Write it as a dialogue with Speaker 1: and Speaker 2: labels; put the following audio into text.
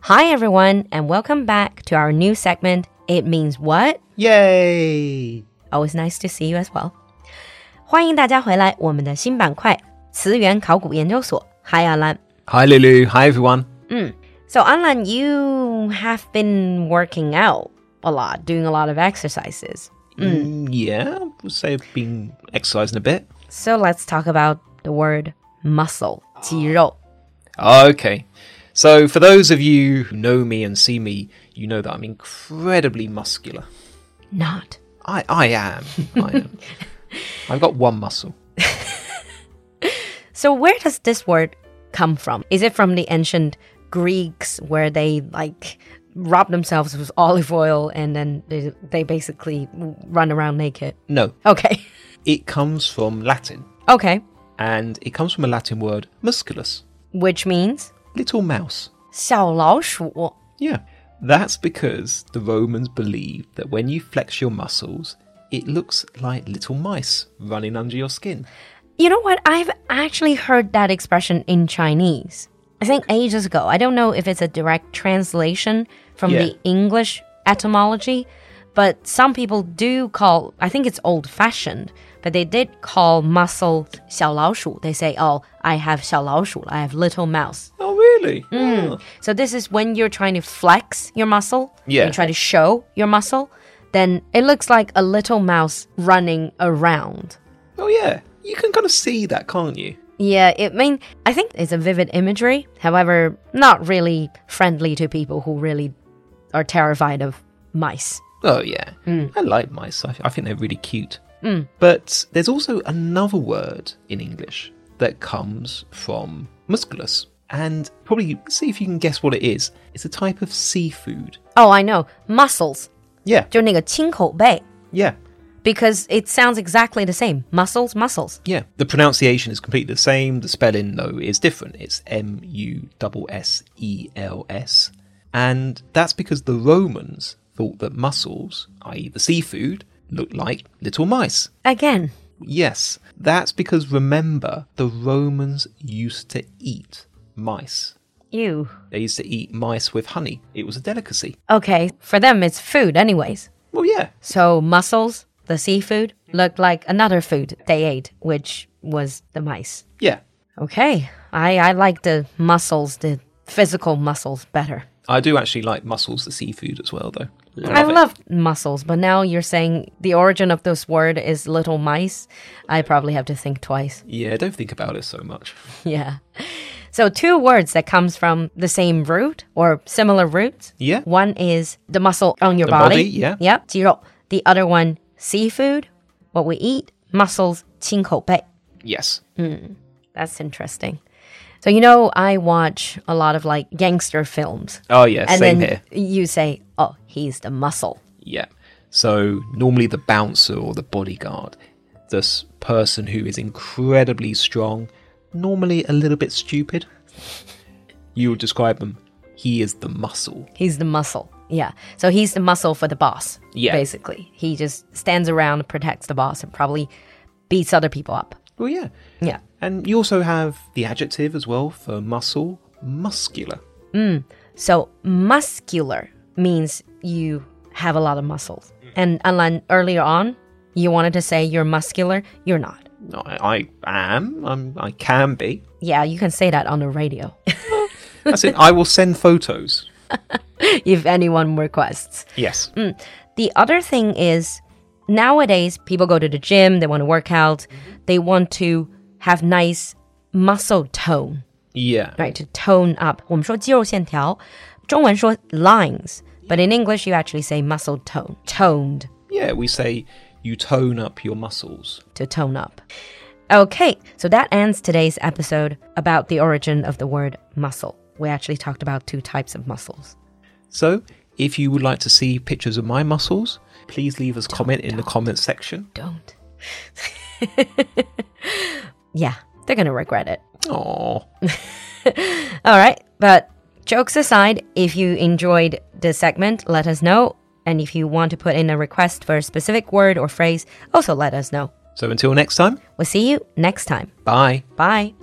Speaker 1: Hi everyone and welcome back to our new segment. It means what?
Speaker 2: Yay!
Speaker 1: Always nice to see you as well. 欢迎大家回来，我们的新板块词源考古研究所。Hi Alan。
Speaker 2: Hi, Lulu. Hi, everyone.
Speaker 1: Mm. So, Alan, you have been working out a lot, doing a lot of exercises.
Speaker 2: Mm, yeah, I would say I've been exercising a bit.
Speaker 1: So, let's talk about the word muscle, 肌肉.
Speaker 2: Okay. So, for those of you who know me and see me, you know that I'm incredibly muscular.
Speaker 1: Not.
Speaker 2: I, I am. I am. I've got one muscle.
Speaker 1: So, where does this word come from? Is it from the ancient Greeks where they like rub themselves with olive oil and then they, they basically run around naked?
Speaker 2: No,
Speaker 1: Okay.
Speaker 2: it comes from Latin,
Speaker 1: Okay.
Speaker 2: and it comes from a Latin word, musculus,
Speaker 1: Which means
Speaker 2: little mouse.
Speaker 1: 小老鼠.
Speaker 2: Yeah. That's because the Romans believed that when you flex your muscles, it looks like little mice running under your skin.
Speaker 1: You know what? I've actually heard that expression in Chinese. I think ages ago. I don't know if it's a direct translation from
Speaker 2: Yeah.
Speaker 1: the English etymology, but some people do call, I think it's old fashioned, but they did call muscle 小老鼠. They say, oh, I have 小老鼠, I have little mouse.
Speaker 2: Oh, really? Oh.
Speaker 1: So this is when you're trying to flex your muscle,
Speaker 2: Yeah.
Speaker 1: you try to show your muscle, then it looks like a little mouse running around.
Speaker 2: Oh yeah, you can kind of see that, can't you?
Speaker 1: Yeah, it mean I think it's a vivid imagery. However, not really friendly to people who really are terrified of mice.
Speaker 2: Oh yeah, I like mice. I, I think they're really cute. But there's also another word in English that comes from musculus, and probably see if you can guess what it is. It's a type of seafood.
Speaker 1: Oh, I know. Mussels.
Speaker 2: Yeah,
Speaker 1: 就那个青口贝,
Speaker 2: yeah,
Speaker 1: because it sounds exactly the same. Mussels, mussels.
Speaker 2: yeah. The pronunciation is completely the same. The spelling though is different. It's M U S S E L S, and that's because the Romans thought that mussels, i.e., the seafood, looked like little mice.
Speaker 1: Again.
Speaker 2: Yes, that's because remember, the Romans used to eat mice.
Speaker 1: Ew.
Speaker 2: They used to eat mice with honey. It was a delicacy.
Speaker 1: Okay, for them it's food anyways.
Speaker 2: Well, yeah.
Speaker 1: So mussels, the seafood, looked like another food they ate, which was the mice.
Speaker 2: Yeah.
Speaker 1: Okay. I, I like the muscles, the physical muscles better.
Speaker 2: I do actually like mussels, the seafood as well, though.
Speaker 1: I
Speaker 2: it.
Speaker 1: love mussels, but now you're saying the origin of this word is little mice. I probably have to think twice.
Speaker 2: Yeah, don't think about it so much.
Speaker 1: Yeah. So two words that comes from the same root or similar roots.
Speaker 2: Yeah.
Speaker 1: One is the muscle on your
Speaker 2: The
Speaker 1: body.
Speaker 2: body, yeah.
Speaker 1: Yep, 肌肉. The other one, seafood, what we eat, mussels, 青口贝.
Speaker 2: Yes.
Speaker 1: That's interesting. So you know I watch a lot of like gangster films.
Speaker 2: Oh, yeah,
Speaker 1: And
Speaker 2: same
Speaker 1: then
Speaker 2: here.
Speaker 1: you say, "Oh, he's the muscle."
Speaker 2: Yeah. So, normally the bouncer or the bodyguard, this person who is incredibly strong, normally a little bit stupid, you would describe them. He is the muscle.
Speaker 1: He's the muscle. Yeah. So he's the muscle for the boss.
Speaker 2: Yeah.
Speaker 1: Basically, he just stands around, protects the boss, and probably beats other people up.
Speaker 2: Well, yeah.
Speaker 1: Yeah.
Speaker 2: And you also have the adjective as well for muscle, muscular.
Speaker 1: So muscular means you have a lot of muscles. And Alan, earlier on, you wanted to say you're muscular. You're not.
Speaker 2: I, I am. I'm, I can be.
Speaker 1: Yeah, you can say that on the radio
Speaker 2: That's it. I will send photos. Mm.
Speaker 1: if anyone requests.
Speaker 2: Yes.
Speaker 1: The other thing is nowadays people go to the gym, they want to work out, they want to have nice muscle tone.
Speaker 2: Yeah.
Speaker 1: right? To tone up. 我们说肌肉线条，中文说 lines, but in English you actually say muscle tone, toned
Speaker 2: Yeah. We say you tone up your muscles.
Speaker 1: to tone up. Okay, so that ends today's episode about the origin of the word muscle. We actually talked about two types of muscles.
Speaker 2: So If you would like to see pictures of my muscles, please leave us a comment in the comments section.
Speaker 1: Don't. yeah, they're going to regret it.
Speaker 2: Aww.
Speaker 1: All right, but jokes aside, if you enjoyed this segment, let us know. And if you want to put in a request for a specific word or phrase, also let us know.
Speaker 2: So until next time,
Speaker 1: We'll see you next time.
Speaker 2: bye.
Speaker 1: Bye.